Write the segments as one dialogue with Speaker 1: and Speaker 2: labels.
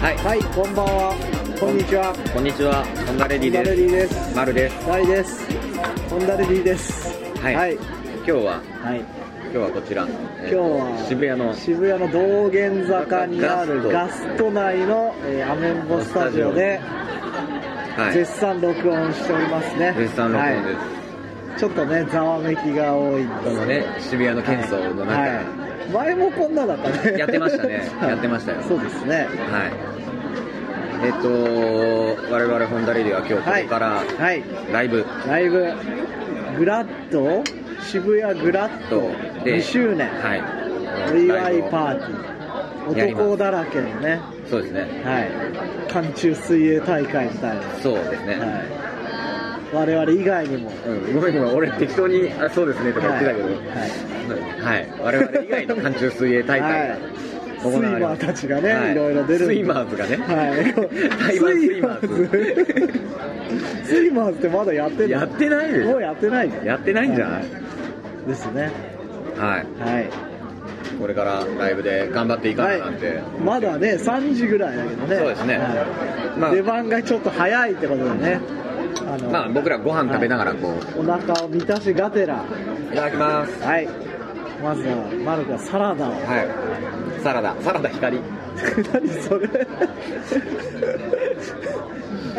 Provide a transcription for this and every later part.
Speaker 1: はい、
Speaker 2: はい、こんばんは。こんにちは。
Speaker 1: こんにちは、ホンダレディ
Speaker 2: ホンダ
Speaker 1: で
Speaker 2: レディです。
Speaker 1: す。マルです。
Speaker 2: ダイです。ホンダレディです。
Speaker 1: はい
Speaker 2: はい。
Speaker 1: 今日は、
Speaker 2: はい
Speaker 1: 今日はこちら、今
Speaker 2: 今日は
Speaker 1: 渋谷の
Speaker 2: 渋谷の道玄坂にある
Speaker 1: ガ
Speaker 2: ガ
Speaker 1: ス
Speaker 2: ス
Speaker 1: ト
Speaker 2: ト内の、えーアメンボスタジオで
Speaker 1: はい、
Speaker 2: 絶賛録音しておりますね。
Speaker 1: 絶賛録音です。
Speaker 2: はいちょっとね、ざわめきが多いん
Speaker 1: こ
Speaker 2: です
Speaker 1: のね、渋谷の喧騒の中、
Speaker 2: は
Speaker 1: はいい、
Speaker 2: はい前もこんなだったね。
Speaker 1: やってましたね
Speaker 2: はい
Speaker 1: やってましたよ
Speaker 2: そうですね。
Speaker 1: えっと、我々ホンダレディは今日こ
Speaker 2: は
Speaker 1: こ
Speaker 2: い。
Speaker 1: から
Speaker 2: はい。
Speaker 1: ライブ
Speaker 2: ライブ、グラッド、渋谷グラッ
Speaker 1: と、
Speaker 2: ド2周年。
Speaker 1: はい、
Speaker 2: お祝いパ
Speaker 1: ライ
Speaker 2: ーテ
Speaker 1: や
Speaker 2: ィー
Speaker 1: ります
Speaker 2: 男だらけのね
Speaker 1: ブをそうですね、
Speaker 2: はい寒中水泳大会みたいな、
Speaker 1: そうですね。
Speaker 2: はい、我々以外にも
Speaker 1: うん、ごめんごめん、俺適当に、あ、そうですねとか言ってたけど、
Speaker 2: はい
Speaker 1: はい、我々以外の寒中水泳大会が
Speaker 2: はい
Speaker 1: 行われます
Speaker 2: スイマーたちがね
Speaker 1: はい
Speaker 2: ろいろ出るん
Speaker 1: ス
Speaker 2: で
Speaker 1: イマーズがね、
Speaker 2: はい
Speaker 1: 台湾スイマー
Speaker 2: スイマーズってまだやって
Speaker 1: ズ
Speaker 2: ん
Speaker 1: や
Speaker 2: の
Speaker 1: ってないでし
Speaker 2: も
Speaker 1: ょ
Speaker 2: うやってないね
Speaker 1: やってないんじゃない
Speaker 2: ですね
Speaker 1: はい
Speaker 2: はい、
Speaker 1: これからライブで頑張っていかななんて、
Speaker 2: はい、まだね3時ぐらいだけどね
Speaker 1: そうですね
Speaker 2: はい
Speaker 1: まあ
Speaker 2: 出番がちょっと早いってことでねあの、
Speaker 1: まあ僕らご飯食べながらこう、
Speaker 2: お腹を満たしがてら
Speaker 1: い、ただきます
Speaker 2: はいまずはマルがサラダを
Speaker 1: はいサラダサラダ光
Speaker 2: 何それ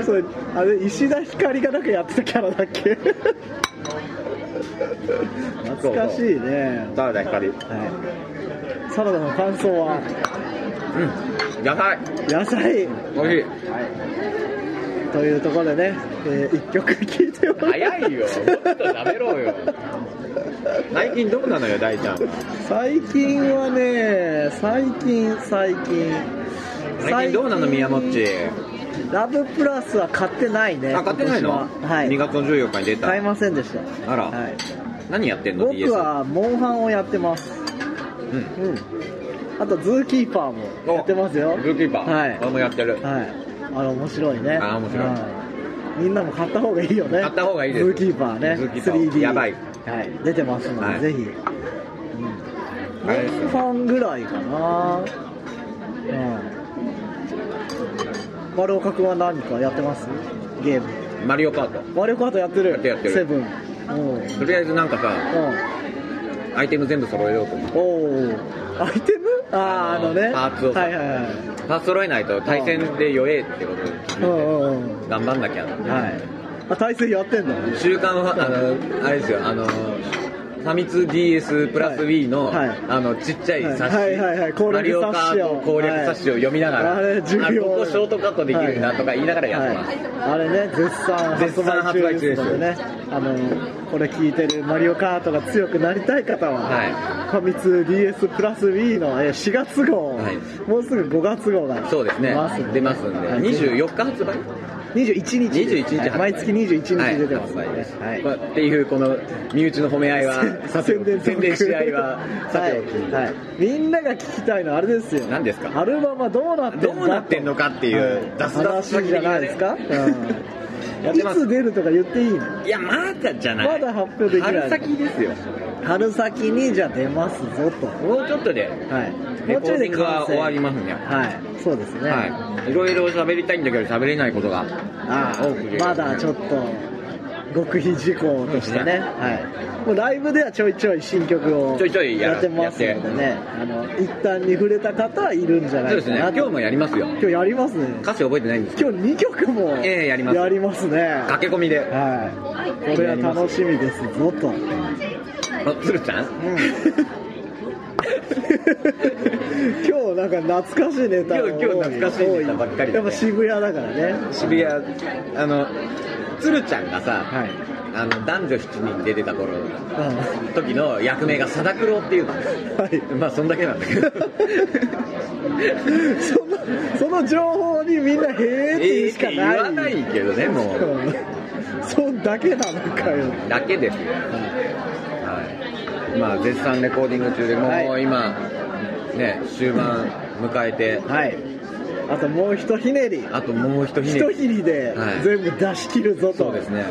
Speaker 2: それあれ石田ひかりがなんかやってたキャラだっけ 懐かしいね
Speaker 1: サラダ光うん
Speaker 2: はいサラダの感想は
Speaker 1: 野菜
Speaker 2: 野菜
Speaker 1: 美味しい
Speaker 2: はいというところでね、え1曲聴いております
Speaker 1: 早いよもっと食べろよ最近どうなのよ大ちゃんは
Speaker 2: 最近はね最近最近
Speaker 1: 最近どうなの宮もっち
Speaker 2: ラブプラスは買ってないね
Speaker 1: あ買ってないの、
Speaker 2: 今年はは
Speaker 1: 2
Speaker 2: い
Speaker 1: 月の14日に出た、
Speaker 2: 買いませんでした
Speaker 1: あら
Speaker 2: はい、
Speaker 1: 何やってんの
Speaker 2: 僕はモンハンをやってます
Speaker 1: うん
Speaker 2: うんあとズーキーパーもやってますよ
Speaker 1: ブーキーパー、
Speaker 2: はい
Speaker 1: 俺もやってる
Speaker 2: はいあの面白いね
Speaker 1: あ面白い
Speaker 2: はいみんなも買った方がいいよね
Speaker 1: 買った方がいいです
Speaker 2: ズーキーパーね
Speaker 1: ズーキーパー
Speaker 2: 3D
Speaker 1: やばい
Speaker 2: はい、出てますので、
Speaker 1: はい
Speaker 2: ぜひ
Speaker 1: あれです
Speaker 2: フ
Speaker 1: よ
Speaker 2: ァンぐらいかなうん丸岡君は何かやってますゲーム
Speaker 1: マリオカート
Speaker 2: マリオカートやってる
Speaker 1: やってるやってる
Speaker 2: セブンうんうん
Speaker 1: とりあえずなんかさアイテム全部揃えようと思う
Speaker 2: おおアイテムああ
Speaker 1: あ
Speaker 2: あ
Speaker 1: の
Speaker 2: のね
Speaker 1: パーツをさ
Speaker 2: はいはいはい
Speaker 1: パーツ揃えないと対戦で弱えってことに気づい
Speaker 2: うんうんうん
Speaker 1: て頑張んなきゃ
Speaker 2: はいあ対戦やってんだ
Speaker 1: 週刊はあのあれですよあのファミツ DS プラス
Speaker 2: はい
Speaker 1: Wii の,、
Speaker 2: はい
Speaker 1: あのちっちゃい冊子、
Speaker 2: はいはいはい攻略
Speaker 1: マリオカ
Speaker 2: 冊子
Speaker 1: ー
Speaker 2: を
Speaker 1: ト攻略冊子を読みながら、
Speaker 2: はいあれ重要
Speaker 1: ここショートカットできるなとか言いながらやってます、
Speaker 2: はい、あれね絶賛発
Speaker 1: 絶賛発売中で
Speaker 2: 売中ですすのでねあのこれ聞いてるマリオカートが強くなりたい方は、
Speaker 1: はい
Speaker 2: ファミツ DS プラス Wii のえー4月号、
Speaker 1: はい
Speaker 2: もうすぐ5月号が
Speaker 1: そうですね
Speaker 2: 出ますんで
Speaker 1: 出ますんで、
Speaker 2: はい
Speaker 1: 24日発売21日発売
Speaker 2: 21日はい毎月21日出てます
Speaker 1: はい発売
Speaker 2: ので
Speaker 1: です、
Speaker 2: はい
Speaker 1: まあっていうこの身内の褒め合いは
Speaker 2: 宣
Speaker 1: さておき
Speaker 2: 伝
Speaker 1: 宣伝試合はさておき、
Speaker 2: はいはい、みんなが聞きたいのはあれですよ
Speaker 1: 何ですか
Speaker 2: アルバムはどうなってんだ
Speaker 1: どうなってんのかっていう
Speaker 2: ダ
Speaker 1: 雑
Speaker 2: ス
Speaker 1: 談
Speaker 2: ダスじゃないですか、うん
Speaker 1: やってます
Speaker 2: いつ出るとか言っていいの
Speaker 1: いやまだじゃない
Speaker 2: まだ発表できない
Speaker 1: 春先ですよ
Speaker 2: 春先にじゃあ出ますぞと
Speaker 1: もうちょっとで
Speaker 2: はい
Speaker 1: レコーディングは
Speaker 2: 完成
Speaker 1: 終わりますね
Speaker 2: はいそうですね、
Speaker 1: はい、いろいろ喋りたいんだけど喋れないことが
Speaker 2: ああ
Speaker 1: 多くて
Speaker 2: まだちょっと極秘事項としてね、はい、もうライブではちょいちょい新曲を
Speaker 1: ちょいちょいやら
Speaker 2: やってますのでねあの一旦に触れた方はいるんじゃな
Speaker 1: そう
Speaker 2: い
Speaker 1: で
Speaker 2: か
Speaker 1: す
Speaker 2: な
Speaker 1: ね今日
Speaker 2: も
Speaker 1: もやりますよ
Speaker 2: 今日やりますね
Speaker 1: 歌詞覚えてないんですけど
Speaker 2: 今日2曲も
Speaker 1: ええやります
Speaker 2: やりますね
Speaker 1: 駆け込みで
Speaker 2: はいこれは楽しみですぞと
Speaker 1: あ鶴ちゃん、
Speaker 2: 今日なんか懐かしいネタが多い
Speaker 1: 今日今日懐かしいネタばっかりだね
Speaker 2: やっぱ渋谷だからね
Speaker 1: 渋谷あの鶴ちゃんがさ、
Speaker 2: はい
Speaker 1: あの男女7人出てた頃
Speaker 2: う
Speaker 1: 時の役名が貞九郎っていうの
Speaker 2: んはい
Speaker 1: まあそんだけなんだけど
Speaker 2: そのその情報にみんな「へえ」って
Speaker 1: え
Speaker 2: 言
Speaker 1: え
Speaker 2: う
Speaker 1: っ
Speaker 2: しか
Speaker 1: て
Speaker 2: ない
Speaker 1: 言わないけどねもう
Speaker 2: うんそんだけなのかよ
Speaker 1: だけですよはいまあ絶賛レコーディング中でも
Speaker 2: は
Speaker 1: う今ね終盤迎えて
Speaker 2: はいあともうひとひねり
Speaker 1: あともう一ひ
Speaker 2: ひ
Speaker 1: ね
Speaker 2: と
Speaker 1: り
Speaker 2: ひねりで
Speaker 1: はい
Speaker 2: 全部出し切るぞと
Speaker 1: そうですね
Speaker 2: は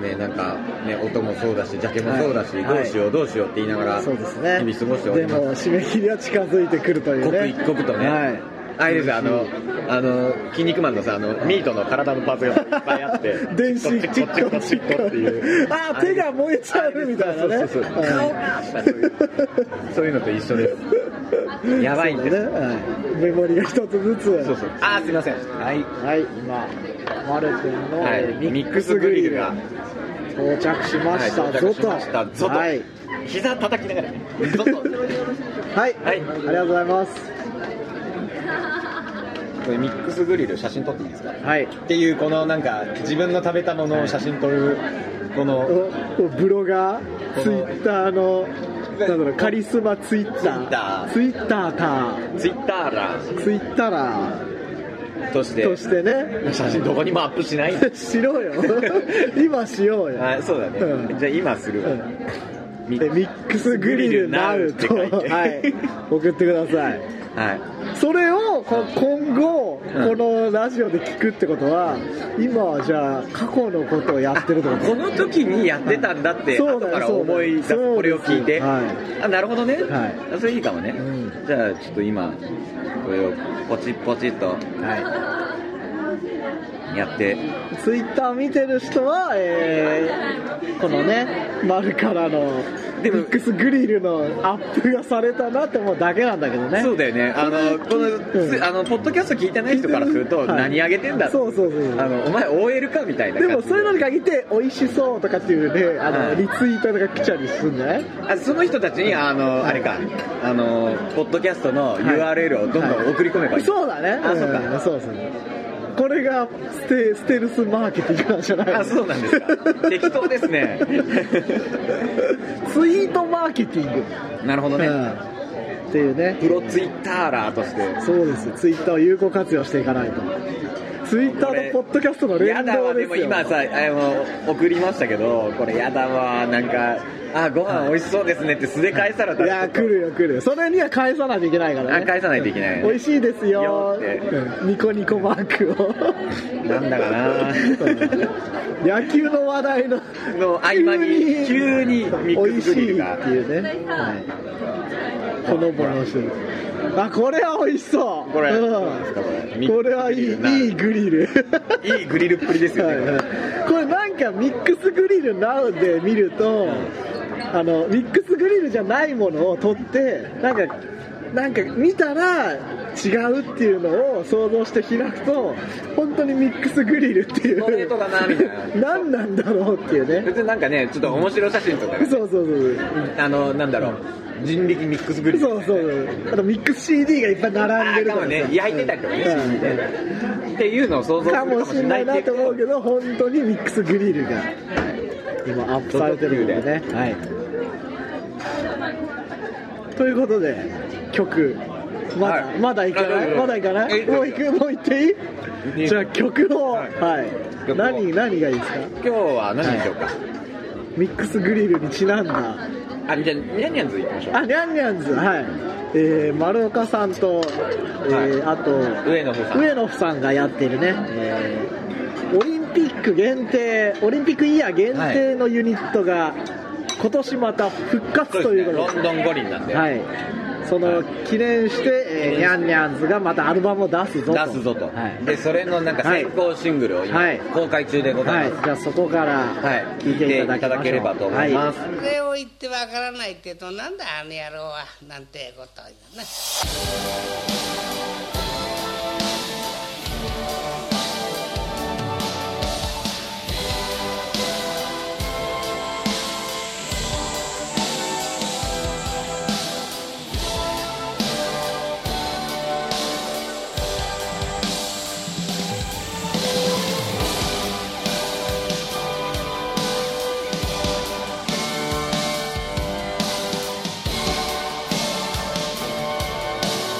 Speaker 1: ねなんかね音もそうだしジャケもそうだし、
Speaker 2: はい
Speaker 1: どうしようどうしようって言いながら
Speaker 2: いそうですね
Speaker 1: 日々過ごしてお
Speaker 2: で
Speaker 1: ります
Speaker 2: も締め切りは近づいてくるというね
Speaker 1: 刻一刻とね
Speaker 2: はい
Speaker 1: あれですよあのあの筋肉マンのさあのミートの体のパーツがいっぱいあって
Speaker 2: 電子
Speaker 1: こっちこっちこっちこっちこっていう
Speaker 2: あー手が燃えちゃうみたいなね
Speaker 1: あれですそうそうそう
Speaker 2: うん
Speaker 1: 顔がそういうそういうのと一緒ですやばいんです
Speaker 2: ね、はい、メモリが一つずつ
Speaker 1: そうそうあーすいませんはい
Speaker 2: はい今マル君の、
Speaker 1: はい
Speaker 2: えー
Speaker 1: ミックスグリルが
Speaker 2: 到着しました、
Speaker 1: はい
Speaker 2: ぞ
Speaker 1: 到着し
Speaker 2: と
Speaker 1: ましたぞと
Speaker 2: はい、
Speaker 1: 膝叩きながらねゾッ
Speaker 2: はい
Speaker 1: はい
Speaker 2: ありがとうございます
Speaker 1: とこれミックスグリル写真撮っていいですか
Speaker 2: はい
Speaker 1: っていうこのなんか自分の食べたものを写真撮るこの
Speaker 2: おおブロガー
Speaker 1: この
Speaker 2: ツイッターのなんだろうカリスマツイッターツイッターター
Speaker 1: ツイッターラ
Speaker 2: ツイッターラー
Speaker 1: ーとして
Speaker 2: としてね
Speaker 1: 写真どこにもアップしない
Speaker 2: しろよ今しようよ、
Speaker 1: あそうだね、
Speaker 2: うん
Speaker 1: じゃあ今する
Speaker 2: う
Speaker 1: わ、
Speaker 2: ん
Speaker 1: ミ
Speaker 2: でミ
Speaker 1: ッ
Speaker 2: ックスグリルなると、
Speaker 1: グリルナウって書いて
Speaker 2: はい、送ってください
Speaker 1: はい
Speaker 2: それをこ今後、
Speaker 1: うん
Speaker 2: このラジオで聞くってことは今はじゃあ過去のことをやってるってこと
Speaker 1: この時にやってたんだって
Speaker 2: そう
Speaker 1: 後
Speaker 2: だよ
Speaker 1: から
Speaker 2: そうだよ
Speaker 1: 思い出す
Speaker 2: そうです
Speaker 1: これを聞いて、
Speaker 2: は
Speaker 1: あなるほどね、
Speaker 2: は
Speaker 1: あそれいいかもね、
Speaker 2: うん
Speaker 1: じゃあちょっと今これをポチッポチッと
Speaker 2: は
Speaker 1: やって
Speaker 2: い、ツイッター見てる人は、えーこのね丸からのミ
Speaker 1: でも
Speaker 2: ックスグリルのアップがされたなって思うだけなんだけどね
Speaker 1: そうだよねあのこの,つ、
Speaker 2: うん
Speaker 1: あのポッドキャスト聞いてない人からすると、
Speaker 2: はい
Speaker 1: 何あげてんだ
Speaker 2: そうそうそう
Speaker 1: あのお前 OL かみたいな
Speaker 2: で
Speaker 1: 感じ
Speaker 2: もそういうのに限って美味しそうとかっていうねあの、
Speaker 1: はい
Speaker 2: リツイートとか来ちゃうりすんじゃない
Speaker 1: あその人たちにあの、あれかあのポッドキャストの URL をどんどん送り込めばいい、
Speaker 2: そうだね
Speaker 1: あそうか
Speaker 2: んそうそうこれがステステルスマーケティングなんじゃないの
Speaker 1: あそうなんです か 適当ですね
Speaker 2: ツイートマーケティング、
Speaker 1: なるほどね、
Speaker 2: うんっていうね
Speaker 1: プロツイッターラーとして
Speaker 2: そうですツイッターを有効活用していかないとツイッタ
Speaker 1: これ
Speaker 2: ーとポッドキャストの連
Speaker 1: やだ
Speaker 2: 動
Speaker 1: わ
Speaker 2: で
Speaker 1: です
Speaker 2: よ
Speaker 1: も今さあの送りましたけどこれやだわなんかあご飯美味しそうですねって素で返された
Speaker 2: い
Speaker 1: ら
Speaker 2: や来るよ来るよそれには返さないといけないからね
Speaker 1: あ返さないといけない
Speaker 2: 美味しいですよ
Speaker 1: よって
Speaker 2: うんニコニコマーク を
Speaker 1: なんだかな
Speaker 2: 野球の話題の
Speaker 1: の合間に急にミッ
Speaker 2: 美
Speaker 1: ク
Speaker 2: 味
Speaker 1: ス
Speaker 2: し
Speaker 1: グリル
Speaker 2: い
Speaker 1: が
Speaker 2: っていうね、はい、ほのぼのしてるあこれは美味しそう
Speaker 1: これ
Speaker 2: うんこ
Speaker 1: こ
Speaker 2: れ
Speaker 1: れ
Speaker 2: はいい
Speaker 1: ミックスグリルないい
Speaker 2: いグリル
Speaker 1: いグリルっぷりですよ
Speaker 2: は
Speaker 1: ね
Speaker 2: い
Speaker 1: これ、
Speaker 2: はいこれなんかミックスグリルなんで見ると、あのミックスグリルじゃないものを取ってなんかなんか見たら違うっていうのを想像して開くと本当にミックスグリルっていう
Speaker 1: ストレートだなみたいな
Speaker 2: 何なんだろうっていうね
Speaker 1: 別になんかねちょっと面白い写真とかね
Speaker 2: そうそうそう
Speaker 1: あのなんだろう人力ミックスグリル
Speaker 2: そうそうそうあとミックス CD がいっぱい並んでる
Speaker 1: あー
Speaker 2: とか
Speaker 1: かも
Speaker 2: さ
Speaker 1: ね焼いてたりとかね
Speaker 2: うん
Speaker 1: CD でっていうのを想像する
Speaker 2: か
Speaker 1: か
Speaker 2: も
Speaker 1: も
Speaker 2: し
Speaker 1: し
Speaker 2: れ
Speaker 1: れ
Speaker 2: な
Speaker 1: ないい
Speaker 2: な
Speaker 1: け
Speaker 2: と
Speaker 1: ど
Speaker 2: 思うけど本当にミックスグリルが今アップされてるのでねはいということで曲まだ、
Speaker 1: はい
Speaker 2: まだいか
Speaker 1: あどう
Speaker 2: ない
Speaker 1: ぞ
Speaker 2: まだいかない
Speaker 1: えど
Speaker 2: も
Speaker 1: う
Speaker 2: う
Speaker 1: ぞ
Speaker 2: 行くもう行って
Speaker 1: い
Speaker 2: い
Speaker 1: い
Speaker 2: い
Speaker 1: よ
Speaker 2: じゃあ曲をは
Speaker 1: はいい、
Speaker 2: 何
Speaker 1: 曲を
Speaker 2: 何がいいですか
Speaker 1: 今日は何にしようか、
Speaker 2: ミックスグリルにちなんだ
Speaker 1: あじゃあニャンニャンズいきましょ
Speaker 2: あニャンニャンズはい、えー、丸岡さんと、えーあ
Speaker 1: う
Speaker 2: と
Speaker 1: 上野さん
Speaker 2: 上野さんがやってるね、えーオリンピック限定オリンピックイヤー限定のユニットが今年また復活
Speaker 1: そ
Speaker 2: と
Speaker 1: うで
Speaker 2: いう
Speaker 1: すね
Speaker 2: こ
Speaker 1: ロ
Speaker 2: とで
Speaker 1: ンドン五輪なんで、
Speaker 2: はいその記念して、
Speaker 1: 記念して
Speaker 2: えー、ニャンニャンズがまたアルバムを出すぞと
Speaker 1: 出すぞと、
Speaker 2: はい、
Speaker 1: でそれのなんか
Speaker 2: はい
Speaker 1: 先行シングルを今、
Speaker 2: はい
Speaker 1: 公開中でござ
Speaker 2: はいい
Speaker 1: ます、
Speaker 2: じゃあそこか
Speaker 1: は
Speaker 2: ら
Speaker 1: い
Speaker 2: 聞
Speaker 1: 聞
Speaker 2: い
Speaker 1: い
Speaker 2: て
Speaker 1: て
Speaker 2: い
Speaker 1: い
Speaker 2: ただきましょう
Speaker 1: ただければと思います、
Speaker 2: は
Speaker 3: これを言ってわからないって言うとなんだあの野郎はなんてことになるな
Speaker 4: 「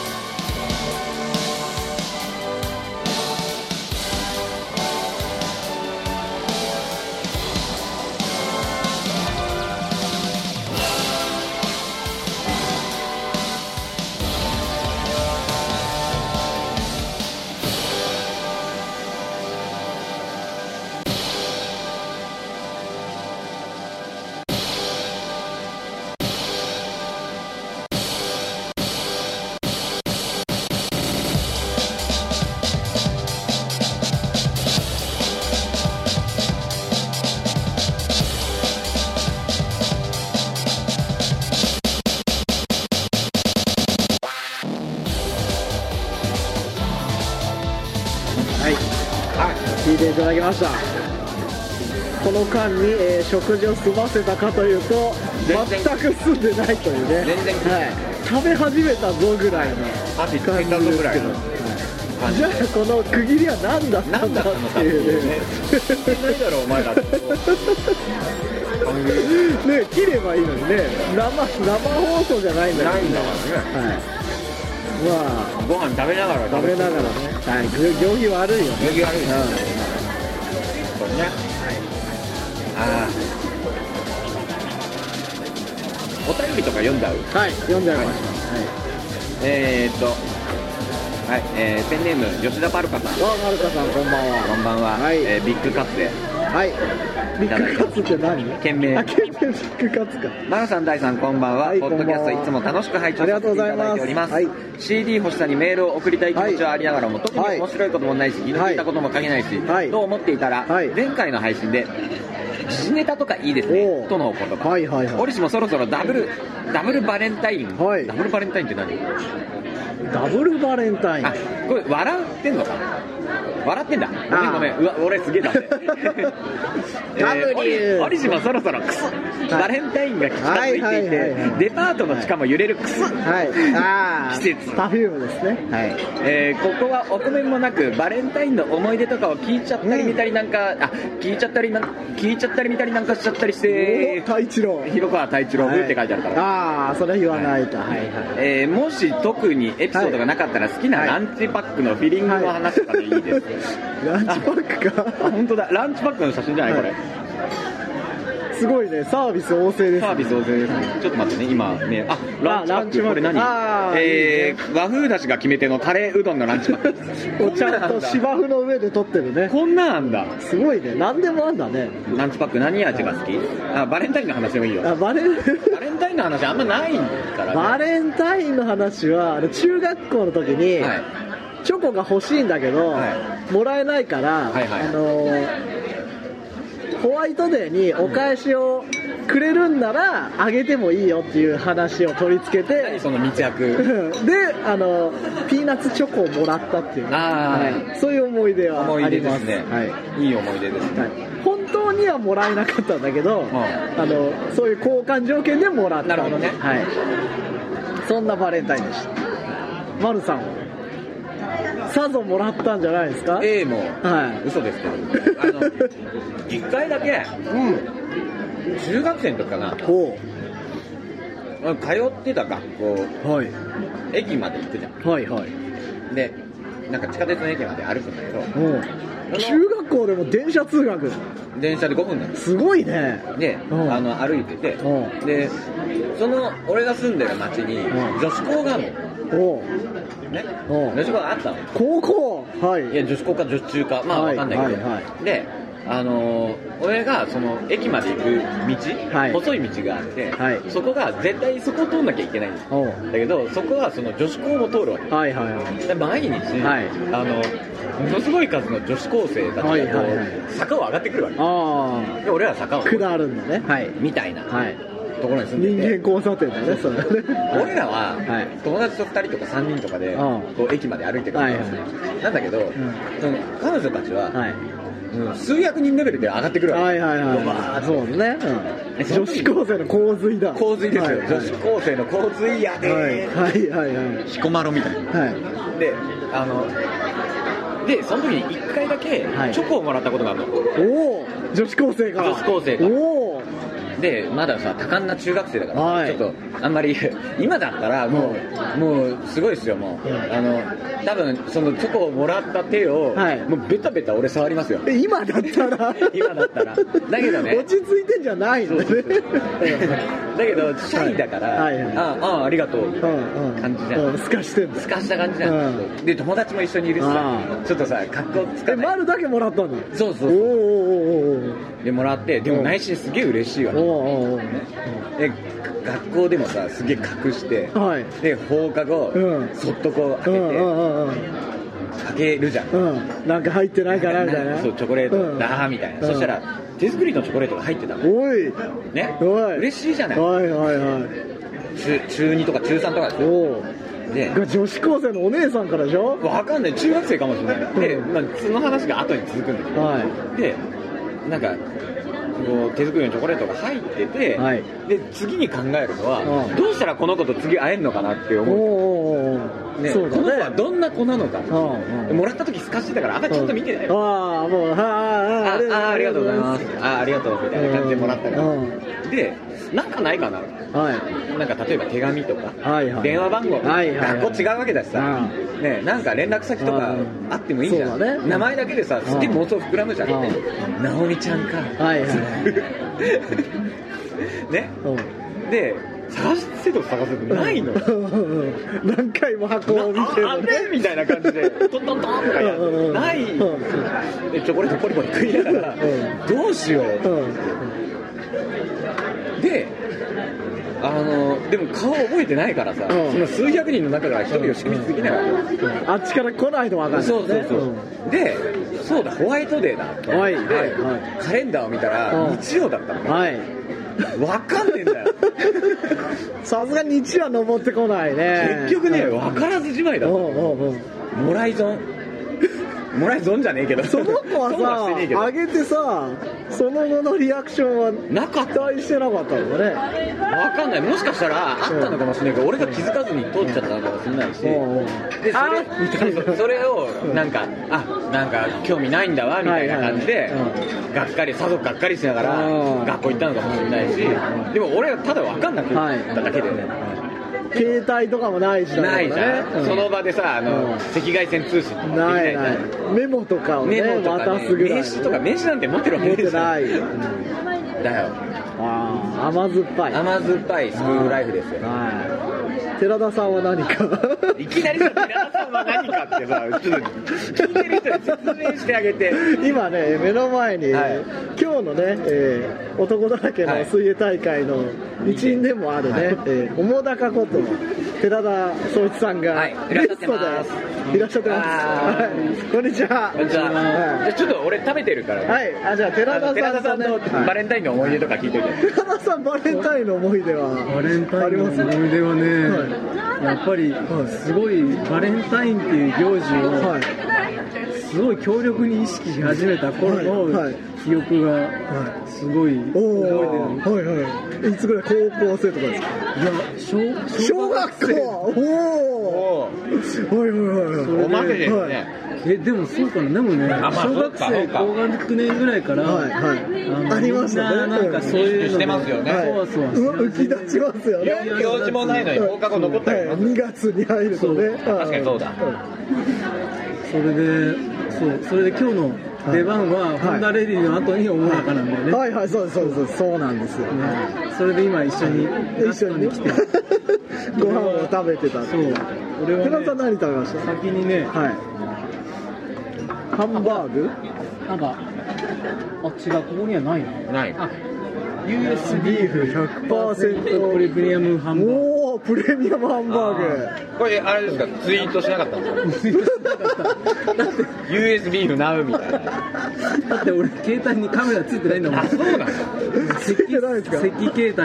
Speaker 2: 聞いていただきましたこの間に、えー食事を済ませたかというと
Speaker 1: 全然
Speaker 2: 全く済んでないというね
Speaker 1: 全然
Speaker 2: はい、食べ始めたぞぐらいの
Speaker 1: 汗いっ
Speaker 2: 感
Speaker 1: て
Speaker 2: じ
Speaker 1: たぞ
Speaker 2: です
Speaker 1: ぐら
Speaker 2: け
Speaker 1: い
Speaker 2: ど
Speaker 1: の感じ
Speaker 2: じ
Speaker 1: で
Speaker 2: ゃあこの区切りは何だったんだっていうね
Speaker 1: 言ってないだろお 前らって感じ
Speaker 2: ね切ればいいのにね生生放送じゃないんだ
Speaker 1: な
Speaker 2: け
Speaker 1: い
Speaker 2: ど
Speaker 1: ん
Speaker 2: ね
Speaker 1: だからね
Speaker 2: はいまあ
Speaker 1: ご飯食べながら
Speaker 2: 食べながらねはい行儀悪いよね
Speaker 1: 麦悪いね
Speaker 2: う
Speaker 1: これねああお便りとか読んだう
Speaker 2: はい、読んじゃいましたはい
Speaker 1: えー、っとはいえー、ペンネーム吉田パルカさん
Speaker 2: わあはるかさんこんばん
Speaker 1: こ
Speaker 2: は
Speaker 1: んばんは、
Speaker 2: はい
Speaker 1: えービッグカツで
Speaker 2: はいビッグカツって何
Speaker 1: 懸命
Speaker 2: あ懸命ビッグカツか
Speaker 1: マルさん、ダイさん、こんばんは、
Speaker 2: はい
Speaker 1: ポッドキャスト
Speaker 2: こんばん
Speaker 1: い
Speaker 2: は
Speaker 1: つも楽しく拝聴させていただいております
Speaker 2: ありがとうござい
Speaker 1: CD 星さんにメールを送りたい気持ちはありながらも、
Speaker 2: い
Speaker 1: 特に面白いこともないし、気の利いたことも書けないし、
Speaker 2: はい
Speaker 1: と思っていたら、
Speaker 2: はい
Speaker 1: 前回の配信で時事ネタとかいいです
Speaker 2: お
Speaker 1: ね
Speaker 2: う
Speaker 1: とのお言葉、
Speaker 2: はいはいはい
Speaker 1: 俺しもそろそろダブルダブルバレンタイン、
Speaker 2: はい
Speaker 1: ダブルバレンタインって何
Speaker 2: ダブルバレンタイン
Speaker 1: あこれ笑ってんのか笑ってんだごめんごめんうわ俺すげえ だって折島そろそろクス、バレンタインが近づいていて、
Speaker 2: はいはいはい
Speaker 1: デパートの地下も揺れるクス、
Speaker 2: はいああ
Speaker 1: 季節
Speaker 2: パフュームですねはい
Speaker 1: えーここはお米もなくバレンタインの思い出とかを聞いちゃったり見たりなんか、あ聞いちゃったりなん聞いちゃったり見たりなんかしちゃったりして
Speaker 2: お太一郎
Speaker 1: 広川太一郎風って書いてあるから、
Speaker 2: ああーそれ言わないとはいはい
Speaker 1: えーもし特にエピソードがなかったら好きなランチパックのフィリングの話とかでいいです、
Speaker 2: ランチパック
Speaker 1: あ
Speaker 2: か
Speaker 1: 本当だランチパックの写真じゃないこれ、
Speaker 2: はいすごいねサービス旺盛です
Speaker 1: サービス大勢ですねちょっと待ってね今ねあランチパ
Speaker 2: ラ
Speaker 1: ッ
Speaker 2: ン
Speaker 1: ク
Speaker 2: チパック
Speaker 1: これ何
Speaker 2: あー
Speaker 1: えー和風だしが決め手のタレうどんのランチパック
Speaker 2: おちゃんと芝生の上で撮ってるね
Speaker 1: こんなんあんだ
Speaker 2: すごいね何でもあんだね
Speaker 1: ランチパック何味が好きあバレンタインの話でもいいよ
Speaker 2: あバ レン
Speaker 1: バレンタインの話あんまないから、ね、
Speaker 2: バレンタインの話はあの中学校の時に、
Speaker 1: はい
Speaker 2: チョコが欲しいんだけど、
Speaker 1: は
Speaker 2: もらえないから、
Speaker 1: はいはい
Speaker 2: あのホワイトデーにお返しをくれるんならあげてもいいよっていう話を取り付け
Speaker 1: 何
Speaker 2: て
Speaker 1: その密
Speaker 2: う
Speaker 1: 約
Speaker 2: んであのピーナッツチョコをもらったっていう、
Speaker 1: あー
Speaker 2: はいそういう思い出は
Speaker 1: 思
Speaker 2: あ
Speaker 1: い出
Speaker 2: り
Speaker 1: で
Speaker 2: ます
Speaker 1: すね
Speaker 2: はい
Speaker 1: い、い思い出ですね、
Speaker 2: はい本当にはもらえなかったんだけど、
Speaker 1: ん
Speaker 2: あのそういう交換条件でもらった
Speaker 1: なるほどね
Speaker 2: はい、そんなバレンタインでしたマルさんはさぞもらったんじゃないですか
Speaker 1: A も
Speaker 2: はい
Speaker 1: 嘘ですけどあの1回だけ
Speaker 2: うん
Speaker 1: 中学生の時かな
Speaker 2: ほ
Speaker 1: 通ってた学校
Speaker 2: うはい
Speaker 1: 駅まで行くじゃ
Speaker 2: はいはい
Speaker 1: んでなんか地下鉄の駅まで歩くんだけど
Speaker 2: うん中学校でも電車通学
Speaker 1: 電車で5分なんです
Speaker 2: すごいね
Speaker 1: で、
Speaker 2: うん
Speaker 1: あの歩いてて、
Speaker 2: う
Speaker 1: でその俺が住んでる町に
Speaker 2: うん
Speaker 1: 女子校があるの
Speaker 2: おう
Speaker 1: ね、
Speaker 2: うん
Speaker 1: 女子校があったの
Speaker 2: 高校はい
Speaker 1: いや女子校か女子中かまあ
Speaker 2: は
Speaker 1: わ
Speaker 2: い
Speaker 1: かんないけど、
Speaker 2: はい
Speaker 1: であのー俺がその駅まで行く道、
Speaker 2: はい
Speaker 1: 細い道があって、
Speaker 2: はい
Speaker 1: そこが絶対そこを通んなきゃいけないんだ
Speaker 2: おう
Speaker 1: けどそこはその女子校も通るわけ
Speaker 2: はいはいはい
Speaker 1: で毎日、
Speaker 2: はい
Speaker 1: あのものすごい数の女子高生たちがこう、
Speaker 2: はいはいはい
Speaker 1: 坂を上がってくるわけ
Speaker 2: あ
Speaker 1: で俺らは坂を
Speaker 2: あ下るんだねはい
Speaker 1: みたいな
Speaker 2: はい
Speaker 1: ところに住んで
Speaker 2: 人
Speaker 1: て
Speaker 2: 間交差点だねそれね
Speaker 1: 俺らは
Speaker 2: はい
Speaker 1: 友達と2人とか3人とかで
Speaker 2: うん
Speaker 1: こう駅まで歩いてくるんですよ
Speaker 2: は
Speaker 1: なんだけど
Speaker 2: ん
Speaker 1: その彼女たちは
Speaker 2: はい
Speaker 1: うん数百人レベルで上がってくるわ
Speaker 2: は
Speaker 1: け
Speaker 2: いはい
Speaker 1: ドバ
Speaker 2: は
Speaker 1: ー
Speaker 2: い。
Speaker 1: ッ
Speaker 2: そうね。
Speaker 1: え
Speaker 2: うん女子高生の洪水だ。
Speaker 1: 洪水ですよ
Speaker 2: はい
Speaker 1: 女子高生の洪水やで
Speaker 2: はい
Speaker 1: ー
Speaker 2: はいはいはい
Speaker 1: 彦摩呂みたいな
Speaker 2: はい。
Speaker 1: であのでその時に1回だけチ
Speaker 2: はい
Speaker 1: ョコをもらったことがあるの
Speaker 2: おお女子高生が。
Speaker 1: 女子高生が
Speaker 2: おお
Speaker 1: でまださ多感な中学生だから、
Speaker 2: はい
Speaker 1: ちょっとあんまり 今だったらもうもうすごいですよもう、
Speaker 2: うん
Speaker 1: あの多分そのチョコをもらった手を、
Speaker 2: はい
Speaker 1: もうベタベタ俺触り ますよ
Speaker 2: え今だったら
Speaker 1: 今だったらだけどね
Speaker 2: 落ち着いてんじゃないんだね。
Speaker 1: だけどシャイだから、
Speaker 2: はいはい
Speaker 1: ああありがとうみ
Speaker 2: う
Speaker 1: たい
Speaker 2: んうん。
Speaker 1: な感じじゃん、
Speaker 2: うんすかしてんだ
Speaker 1: す。かした感じじゃん、
Speaker 2: う
Speaker 1: で友達も一緒にいるしさ
Speaker 2: あ
Speaker 1: ちょっとさ格好つ
Speaker 2: え
Speaker 1: かない
Speaker 2: 丸だけもらったんだ。
Speaker 1: そうそ
Speaker 2: お
Speaker 1: うそ
Speaker 2: お
Speaker 1: う
Speaker 2: お
Speaker 1: でもらってでも内心すげえ嬉しいわ
Speaker 2: おおお
Speaker 1: ね
Speaker 2: おおお
Speaker 1: で学校でもさすげえ隠して
Speaker 2: お。はい。
Speaker 1: で放課後、
Speaker 2: うん
Speaker 1: そっとこう
Speaker 2: う
Speaker 1: 開
Speaker 2: ん
Speaker 1: け
Speaker 2: う
Speaker 1: て、
Speaker 2: んうんうん。
Speaker 1: 開けるじゃん
Speaker 2: うん。なんか入ってないかなみたいな。
Speaker 1: そうチョコレート
Speaker 2: うん
Speaker 1: だーみたいな、
Speaker 2: うん
Speaker 1: そしたら手作りのチョコレートが入ってたの
Speaker 2: おい。
Speaker 1: ね
Speaker 2: おい。
Speaker 1: 嬉しいじゃない
Speaker 2: はいはいはい。
Speaker 1: 中中2とか中3とかでし
Speaker 2: お
Speaker 1: ょ
Speaker 2: お。
Speaker 1: いで
Speaker 2: が女子高生のお姉さんからでしょ
Speaker 1: わかんない中学生かもしれないで、
Speaker 2: うん
Speaker 1: まあ、その話が後に続くんだけど
Speaker 2: は
Speaker 1: でなんかこう手作りのチョコレートが入ってて、
Speaker 2: はい
Speaker 1: で次に考えるのは、
Speaker 2: うん
Speaker 1: どうしたらこの子と次会えるのかなって
Speaker 2: いおー
Speaker 1: 思う、
Speaker 2: おーおー
Speaker 1: ね
Speaker 2: そうだ
Speaker 1: この子は
Speaker 2: ね
Speaker 1: どんな子なのか、
Speaker 2: うんうん
Speaker 1: もらった時すかしてたからあんまちゃんと見てないよ、
Speaker 2: ああもうあ
Speaker 1: あ
Speaker 2: ああ
Speaker 1: あありがとうございますあありがとうみたいな感じでもらったから、
Speaker 2: うん
Speaker 1: でなんかないかな
Speaker 2: はい
Speaker 1: なんか例えば手紙とか、
Speaker 2: はいはい
Speaker 1: 電話番号、
Speaker 2: はいはいはい
Speaker 1: 学校違うわけだしさ、ね、なんか連絡先とか
Speaker 2: うん
Speaker 1: あってもいいじゃ
Speaker 2: そ
Speaker 1: ん、
Speaker 2: うだね
Speaker 1: 名前だけでさ
Speaker 2: うん
Speaker 1: すっげえ妄想膨らむじゃん、
Speaker 2: う
Speaker 1: なおみちゃんか
Speaker 2: はいはいは い
Speaker 1: ね
Speaker 2: う
Speaker 1: で探してと探せと
Speaker 2: ん
Speaker 1: ないの、
Speaker 2: うん何回も箱を見て
Speaker 1: なああ
Speaker 2: る
Speaker 1: れみたいな感じでトントントンとかや
Speaker 2: うんうんうん
Speaker 1: ない
Speaker 2: うん
Speaker 1: でチョコレートポリポリ食いながら
Speaker 2: う
Speaker 1: どうしよう
Speaker 2: う
Speaker 1: と
Speaker 2: ん
Speaker 1: であのでも顔覚えてないからさ、
Speaker 2: うん
Speaker 1: その数百人の中から一人を識別できなかった、
Speaker 2: あっちから来ないとわかんない
Speaker 1: そうそうそう、でそうだホワイトデーだって、
Speaker 2: はい
Speaker 1: で
Speaker 2: はいは
Speaker 1: カレンダーを見たら、
Speaker 2: うん
Speaker 1: 日曜だったの
Speaker 2: ん
Speaker 1: ね、
Speaker 2: はい
Speaker 1: わかんねえんだ よ
Speaker 2: さすがに日は登ってこないね
Speaker 1: 結局ね
Speaker 2: うん
Speaker 1: 分からずじまいだった
Speaker 2: うんうんうん
Speaker 1: もらい損もらい損じゃねえけど
Speaker 2: その子
Speaker 1: 損はしてねえけ
Speaker 2: はさ
Speaker 1: ど
Speaker 2: 上げてさその後のリアクションは
Speaker 1: なかった
Speaker 2: 期待してなかったのかね
Speaker 1: わかんないもしかしたらあったのかもしれないけど俺が気づかずに通っちゃったのかもしれないし
Speaker 2: うんうん
Speaker 1: でそれ
Speaker 2: あみたいな
Speaker 1: そうそうそれをなんかあなんか興味ないんだわみたいな感じで
Speaker 2: はい
Speaker 1: が
Speaker 2: は
Speaker 1: っかりさぞがっかりしながら
Speaker 2: うん
Speaker 1: 学校行ったのかもしれないしでも俺はただ分かんなくなっただけでね
Speaker 2: 携帯とかもないしだから
Speaker 1: な
Speaker 2: ね
Speaker 1: いじゃ
Speaker 2: うん
Speaker 1: んその場でさあ
Speaker 2: うん
Speaker 1: の赤外線通信とかでき
Speaker 2: ない
Speaker 1: じゃ
Speaker 2: なんいメモとかをね
Speaker 1: メモとか
Speaker 2: 渡
Speaker 1: ね
Speaker 2: すぐらい
Speaker 1: 名刺とか名刺なんて持ってるわけ
Speaker 2: 持って
Speaker 1: じゃん
Speaker 2: ないよ
Speaker 1: だよ
Speaker 2: あー甘酸っぱい
Speaker 1: 甘酸っぱいスクールライフですよ
Speaker 2: はい寺田さんは 何か
Speaker 1: いきなりさ、皆さんは何かって さ、ちょっと聞いてる人に説明してあげて。
Speaker 2: 今ね目の前に、
Speaker 1: はい
Speaker 2: 今日のね、えー男だらけの水泳大会の一員でもあるね、
Speaker 1: はい
Speaker 2: えー澤高こと寺田総一さんが、
Speaker 1: はいいらっ
Speaker 2: ゲ
Speaker 1: しゃっ
Speaker 2: ス
Speaker 1: て
Speaker 2: トで
Speaker 1: ます
Speaker 2: いらっしゃってます
Speaker 1: あ
Speaker 2: はいこんにちは
Speaker 1: じゃあ、
Speaker 2: はい
Speaker 1: ちょっと俺食べてるから、ね。
Speaker 2: はい、あじゃあ寺
Speaker 1: 寺
Speaker 2: 田さん,、ね、
Speaker 1: 田さんのバレンタインの思い出とか聞いといて。
Speaker 2: 寺田さんバレンタインの思い出は
Speaker 4: バレンタインの思い出はね、やっぱり
Speaker 2: はい
Speaker 4: すごいバレンタインっていう行事を
Speaker 2: はい
Speaker 4: すごい強力に意識し始めた頃
Speaker 2: は
Speaker 4: の
Speaker 2: い
Speaker 4: 記憶が
Speaker 2: は
Speaker 4: すごい覚え
Speaker 2: お
Speaker 4: てる
Speaker 2: おはいはいいつぐらい高校生とかですか
Speaker 4: いや小
Speaker 2: 小
Speaker 4: 小
Speaker 2: 学校おお
Speaker 1: お
Speaker 2: はいはいはいはい
Speaker 1: おまけです
Speaker 2: はい
Speaker 1: ね。
Speaker 4: えでもそうかなでもね
Speaker 1: あまあ
Speaker 4: 小学
Speaker 1: そう
Speaker 4: 生
Speaker 1: かそう
Speaker 4: 高学年ぐらいから、
Speaker 2: はいはいありましたね
Speaker 4: みんななんかそういうの
Speaker 1: してますよね
Speaker 2: はい
Speaker 4: そうそう
Speaker 2: うわ浮き出しますよね
Speaker 1: 用用事もないのに放課後残ったり
Speaker 2: はい2月に入るとね
Speaker 4: そう
Speaker 2: はい
Speaker 1: 確かにそうだ
Speaker 2: は
Speaker 4: それでそうそれで今日の出番は、
Speaker 2: い
Speaker 4: ホンダレディの後に思う中なんだよね、
Speaker 2: いはいはいそうですそうですそうなんですよ
Speaker 4: ねそれで今一緒にラス
Speaker 2: 一緒
Speaker 4: ト
Speaker 2: にね
Speaker 4: に来て
Speaker 2: ご飯を食べてたって
Speaker 4: そう
Speaker 2: いう
Speaker 4: 俺
Speaker 2: 寺田さ
Speaker 4: は、
Speaker 2: ん
Speaker 4: ね、
Speaker 2: 何食べました
Speaker 4: 先にね
Speaker 2: はいハンバーグ
Speaker 4: なんかあ違うここにはないな
Speaker 1: ない。
Speaker 4: あ US ビーフ
Speaker 2: 100%
Speaker 4: プレミアムハンバーグ
Speaker 2: おおプレミアムハンバー
Speaker 1: これ、あれですか、ツイートしなかったんですか ?US ビーフナウみたいな。
Speaker 4: だって俺携帯にカメラついてないんだもん
Speaker 1: あ、そうなんだ。
Speaker 4: 赤
Speaker 2: ついてないですか
Speaker 4: 赤携帯だか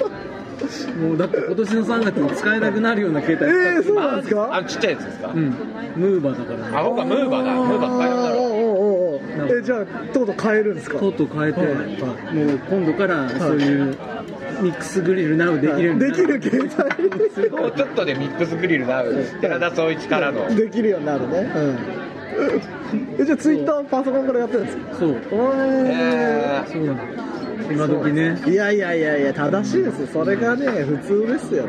Speaker 4: らもうだって今年の3月に使えなくなるような携帯使
Speaker 2: え
Speaker 4: っ
Speaker 2: ー、
Speaker 4: て
Speaker 2: そうなんですか
Speaker 1: あのちっちゃいやつですか
Speaker 4: うんムーバーだからね
Speaker 1: あ、僕はムーバーだ。ムーバー買い物だろう。
Speaker 2: おーおーおーおーえじゃあとうとう買えるんですか
Speaker 4: とうとう変えて、
Speaker 2: は
Speaker 4: もう今度からそういうミックスグリルなどできるようにな
Speaker 2: できる携帯
Speaker 1: もうちょっとでミックスグリルナウ。寺田総一からの。
Speaker 2: できるようになるねうんえじゃあツイッターをパソコンからやってるんですか
Speaker 4: そう
Speaker 1: え
Speaker 4: そうなの今時ね
Speaker 2: いやいやいやいや正しいですよそれがね普通ですよ、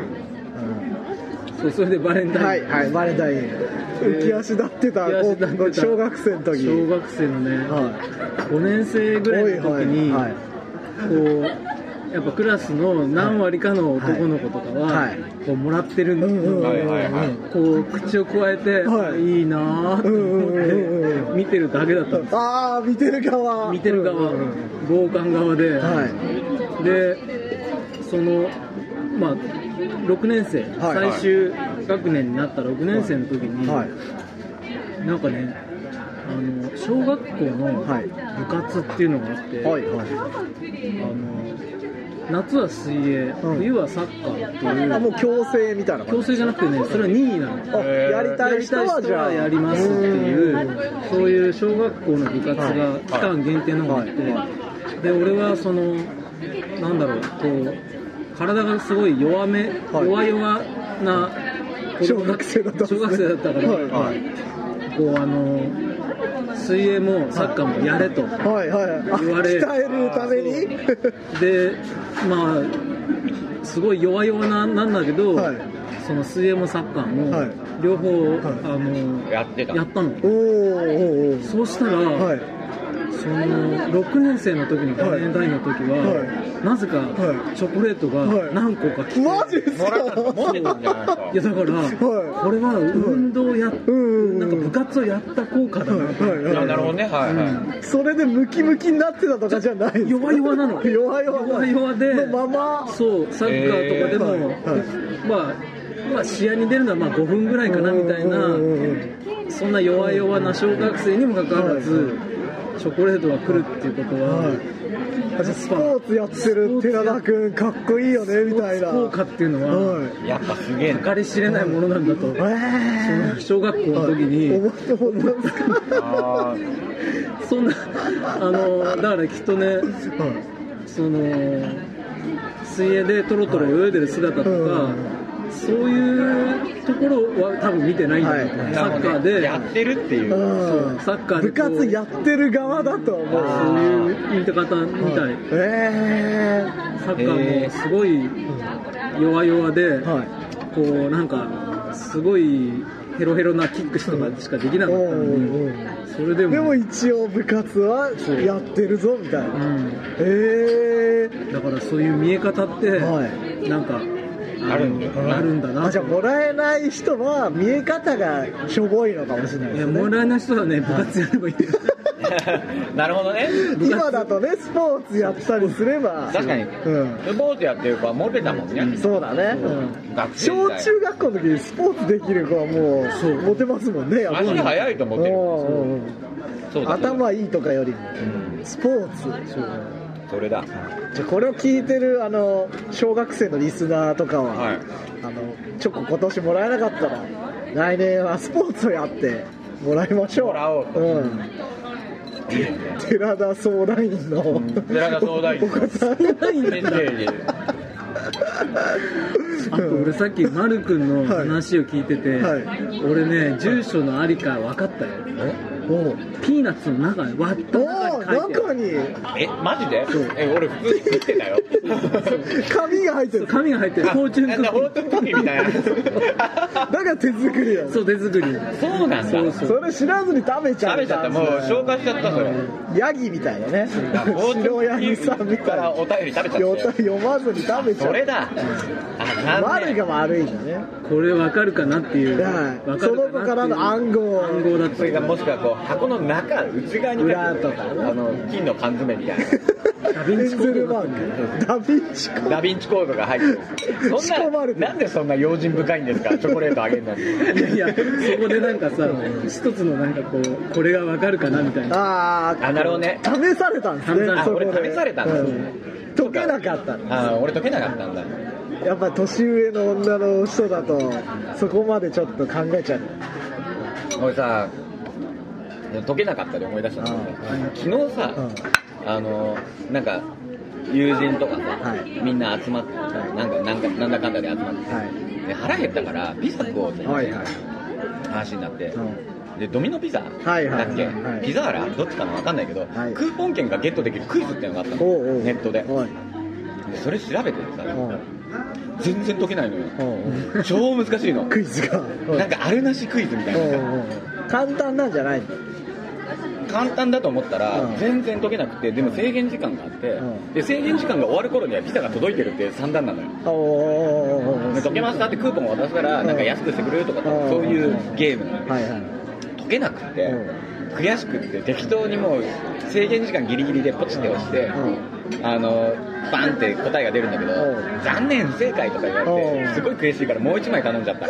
Speaker 4: そうそれでバレン
Speaker 2: うん、
Speaker 4: タ
Speaker 2: は
Speaker 4: イン、
Speaker 2: いはいバレンタイン浮き足立ってた
Speaker 4: 浮き足立ってた
Speaker 2: 小学生の時
Speaker 4: 小学生のね、
Speaker 2: は
Speaker 4: 5年生ぐらいの時に、
Speaker 2: はいはい
Speaker 4: こうやっぱクラスの何割かの男の子とかは、
Speaker 2: はい
Speaker 4: こうもらってるんで、
Speaker 2: うんうん
Speaker 1: はいはいはい
Speaker 4: こう口をくわえて、
Speaker 2: はい
Speaker 4: い、いなーって
Speaker 2: うんうんうんう
Speaker 4: 思って見てるだけだったんです
Speaker 2: ああ見てる側
Speaker 4: 見てる側、
Speaker 2: うんうんうん
Speaker 4: 傍観側で、
Speaker 2: はい
Speaker 4: でそのまあ6年生、
Speaker 2: はいはい
Speaker 4: 最終学年になった6年生の時に、
Speaker 2: はい
Speaker 4: なんかねあの小学校の
Speaker 2: はい
Speaker 4: 部活っていうのがあって、
Speaker 2: はいはい
Speaker 4: あの夏は水泳、
Speaker 2: うん
Speaker 4: 冬はサッカーってい
Speaker 2: あ
Speaker 4: う
Speaker 2: もう強制みたいな
Speaker 4: 強
Speaker 2: 感じ
Speaker 4: 制じゃなくてねそれは任意なの
Speaker 2: あやりた
Speaker 4: や
Speaker 2: い
Speaker 4: り
Speaker 2: 人
Speaker 4: たい
Speaker 2: は
Speaker 4: 人
Speaker 2: じゃあ
Speaker 4: はやりますっていううそういう小学校の部活が期間限定なのがあってで俺はそのなんだろうこう体がすごい弱め
Speaker 2: はい
Speaker 4: 弱々な子
Speaker 2: 小
Speaker 4: 供
Speaker 2: 学生だったんです
Speaker 4: 小
Speaker 2: ね
Speaker 4: 学生だったから
Speaker 2: はいはい
Speaker 4: こうあの水泳もサッカーもやれと
Speaker 2: んはいはいあ
Speaker 4: 言われ
Speaker 2: 鍛えるために
Speaker 4: でまあすごい弱々ななんだけど
Speaker 2: はい
Speaker 4: その水泳もサッカー
Speaker 2: はい
Speaker 4: も両方あの
Speaker 1: やってた
Speaker 4: やったの
Speaker 2: おーおー
Speaker 4: そうしたら、
Speaker 2: おーはい
Speaker 4: その6年生の時のバレンタインの時は、なぜか
Speaker 2: はい
Speaker 4: チョコレート
Speaker 2: は
Speaker 4: が
Speaker 2: い
Speaker 4: 何個か来て、
Speaker 2: マジっす
Speaker 1: もらったの持ってたんじゃ
Speaker 2: か
Speaker 1: ないですか
Speaker 4: い やだから、
Speaker 2: はい
Speaker 4: これは運動をやっ、
Speaker 2: んうん
Speaker 4: なんか部活をやった効果だなと、
Speaker 2: はいはい
Speaker 1: あなるほどねはいはい、
Speaker 2: それでムキムキになってたとかじゃないんですか
Speaker 4: 弱々なの
Speaker 2: 弱々な
Speaker 4: 弱々で
Speaker 2: のまま
Speaker 4: そうサッカーとかでも、
Speaker 2: えー
Speaker 4: まあ、まあ試合に出るのはまあ5分ぐらいかなみたいな、
Speaker 2: うんうんうん
Speaker 4: そんな弱々な小学生にもかかわらず、
Speaker 2: はい
Speaker 4: チョコレートが来るっていうことは、
Speaker 2: はいあじゃあスポーツやってる寺田君かっこいいよねみたいな
Speaker 4: 効果っていうのは、
Speaker 2: はい
Speaker 1: やっぱすげえな
Speaker 4: 計り知れないものなんだと、
Speaker 2: えー
Speaker 4: 小学校の時に、
Speaker 2: 思ってもらったんですか
Speaker 1: あー
Speaker 4: そんなあのだからきっとね
Speaker 2: はい
Speaker 4: その水泳でトロトロ泳いでる姿とか、
Speaker 2: はい
Speaker 4: そういうところは多分見てないんだろうね
Speaker 2: は
Speaker 4: サッカーで、
Speaker 1: やってるっていう、
Speaker 2: う
Speaker 4: そうサッカーで
Speaker 2: 部
Speaker 4: こう
Speaker 2: 活やってる側だと思う
Speaker 1: あ
Speaker 4: そういう見た方みたい、
Speaker 2: はいえ
Speaker 4: サッカーもすごい弱々で、
Speaker 2: ーはい
Speaker 4: こうなんかすごいヘロヘロなキックしかしかできなかった
Speaker 2: う
Speaker 4: のに、
Speaker 2: んうんうん
Speaker 4: それでも
Speaker 2: でも一応部活はやってるぞみたいうなへ
Speaker 4: ん、
Speaker 2: え
Speaker 4: だからそういう見え方って、
Speaker 2: は
Speaker 4: なんか
Speaker 1: あるんだ
Speaker 4: あのあるんだな
Speaker 2: あじゃあもらえない人は見え方がしょぼいのかもしれない
Speaker 4: い
Speaker 2: で
Speaker 4: や
Speaker 2: す
Speaker 4: も
Speaker 2: ね
Speaker 4: らえない人はね部活やればいいんだよ
Speaker 1: なるほどね
Speaker 4: 部活
Speaker 2: 今だとねスポーツやったりすれば
Speaker 1: 確かに
Speaker 2: うん
Speaker 1: スポーツやってる子はモテたもんね、
Speaker 2: そうだねうん
Speaker 1: 学生時
Speaker 2: 小
Speaker 1: 代
Speaker 2: 中学校の時にスポーツできる子はもう
Speaker 4: そう
Speaker 2: モテますもんねやっぱり
Speaker 1: 足速いと思ってる
Speaker 2: うんうん
Speaker 1: そうだ
Speaker 2: 頭いいとかよりも
Speaker 1: うん
Speaker 2: スポーツ
Speaker 1: それだ
Speaker 2: じゃあこれを聞いてるあの小学生のリスナーとかは、
Speaker 1: はい
Speaker 2: あのチョコ今年もらえなかったら来年はスポーツをやってもらいましょう
Speaker 1: もらおうと
Speaker 2: ん、寺田相談員の、
Speaker 1: 寺田 相談員
Speaker 2: お方
Speaker 1: メッセージ
Speaker 4: あと俺さっきマル君の話を聞いてて、
Speaker 2: はい
Speaker 4: 俺ね住所のありか分かったよ
Speaker 2: おう
Speaker 4: ピーナッツの中に割った
Speaker 2: おう
Speaker 4: 中に書いてあ
Speaker 2: 中
Speaker 4: る
Speaker 2: に
Speaker 1: えマジで
Speaker 4: そう
Speaker 1: え俺普通に食ってたよ
Speaker 2: 紙が入ってるだ
Speaker 4: 紙が入ってるフォーチュンク
Speaker 1: あ
Speaker 4: ッ
Speaker 1: フ
Speaker 4: キ
Speaker 1: ォーチュ
Speaker 4: ー
Speaker 1: ンクッキーみたいな
Speaker 2: から手作りや
Speaker 4: そう手作り
Speaker 1: そうなんだ
Speaker 4: そう
Speaker 2: そ
Speaker 4: そう
Speaker 2: れ知らずに食べちゃ
Speaker 1: 食
Speaker 2: う
Speaker 1: べちゃったもう消化しちゃったそれ
Speaker 2: ヤギみたいなね
Speaker 1: あフォーチ
Speaker 2: 白
Speaker 1: ュ
Speaker 2: ヤ
Speaker 1: ンクッ
Speaker 2: ギ
Speaker 1: キー
Speaker 2: さんみ
Speaker 1: か
Speaker 2: たい
Speaker 1: ら
Speaker 2: な
Speaker 1: お便り食べちゃった
Speaker 2: よ
Speaker 1: よ
Speaker 2: 読まずに食べちゃ
Speaker 1: そうれだあなん
Speaker 2: 悪
Speaker 1: で
Speaker 2: が悪いんだね
Speaker 4: これ分かるかなっていう
Speaker 2: は
Speaker 4: 分
Speaker 2: い
Speaker 4: か
Speaker 2: そ
Speaker 4: る
Speaker 2: の
Speaker 4: かな
Speaker 2: 子から
Speaker 4: っていう
Speaker 2: の暗号
Speaker 4: 暗号だっ
Speaker 1: それ
Speaker 4: た
Speaker 1: がもしくはこう箱の中内側にね
Speaker 2: 裏とかね
Speaker 1: あの金の缶詰みたいな
Speaker 4: ダヴィンチコ
Speaker 2: エンゼ
Speaker 4: ー
Speaker 2: ルマ
Speaker 4: ドだった
Speaker 2: ークダヴィンチコー
Speaker 1: ダヴィンチコードが入ってる
Speaker 2: 仕込
Speaker 1: そん
Speaker 2: ま
Speaker 1: な
Speaker 2: れてる
Speaker 1: なんでそんな用心深いんですかチョコレートあげる のに
Speaker 4: いやいやそこでなんかさ一つのなんかこうこれが分かるかなみたいな
Speaker 2: あー
Speaker 1: あなるほどね
Speaker 2: 試されたんですね
Speaker 4: 試された
Speaker 2: そこで
Speaker 1: あ俺試されたんだ
Speaker 2: うん解けなかったの
Speaker 1: あ俺解けなかったんだ
Speaker 2: やっぱ年上の女の人だとそこまでちょっと考えちゃう
Speaker 1: 俺さ解けなかったで思い出したんだけど昨日さ、あのなんか友人とかさ、
Speaker 2: はい
Speaker 1: みんな集まってなんかなんかなんだかんだで集まって、
Speaker 2: はい
Speaker 1: で腹減ったからピザ食おうって
Speaker 2: はいはい
Speaker 1: 話になって、
Speaker 2: うん
Speaker 1: でドミノピザだっけ、
Speaker 2: はいはいはい
Speaker 1: ピザーラどっちかな分かんないけど、
Speaker 2: はい
Speaker 1: クーポン券がゲットできるクイズっていうのがあったの
Speaker 2: おうおう
Speaker 1: ネットで
Speaker 2: はい
Speaker 1: でそれ調べててさ、
Speaker 2: うん
Speaker 1: 全然解けないのよ
Speaker 2: うん
Speaker 1: 超難しいの
Speaker 2: クイズがうん
Speaker 1: なんかあるなしクイズみたいなのが
Speaker 2: うんうん簡単なんじゃないの
Speaker 1: 簡単だと思ったら
Speaker 2: うん
Speaker 1: 全然解けなくてでも制限時間があって、
Speaker 2: うん
Speaker 1: で制限時間が終わる頃にはピザが届いてるっていう算段なのよ
Speaker 2: おーおーおーおー
Speaker 1: 解けましたってクーポンを渡すからなんか安くしてくれるとか
Speaker 2: うん
Speaker 1: そういうゲームなのよ
Speaker 2: はいはい
Speaker 1: 解けなくて
Speaker 2: うん
Speaker 1: 悔しくって適当にもう制限時間ギリギリでポチって押して、あのバンって答えが出るんだけど、
Speaker 2: うん
Speaker 1: 残念不正解とか言われ
Speaker 2: うん
Speaker 1: てすごい悔しいからもう1枚頼んじゃった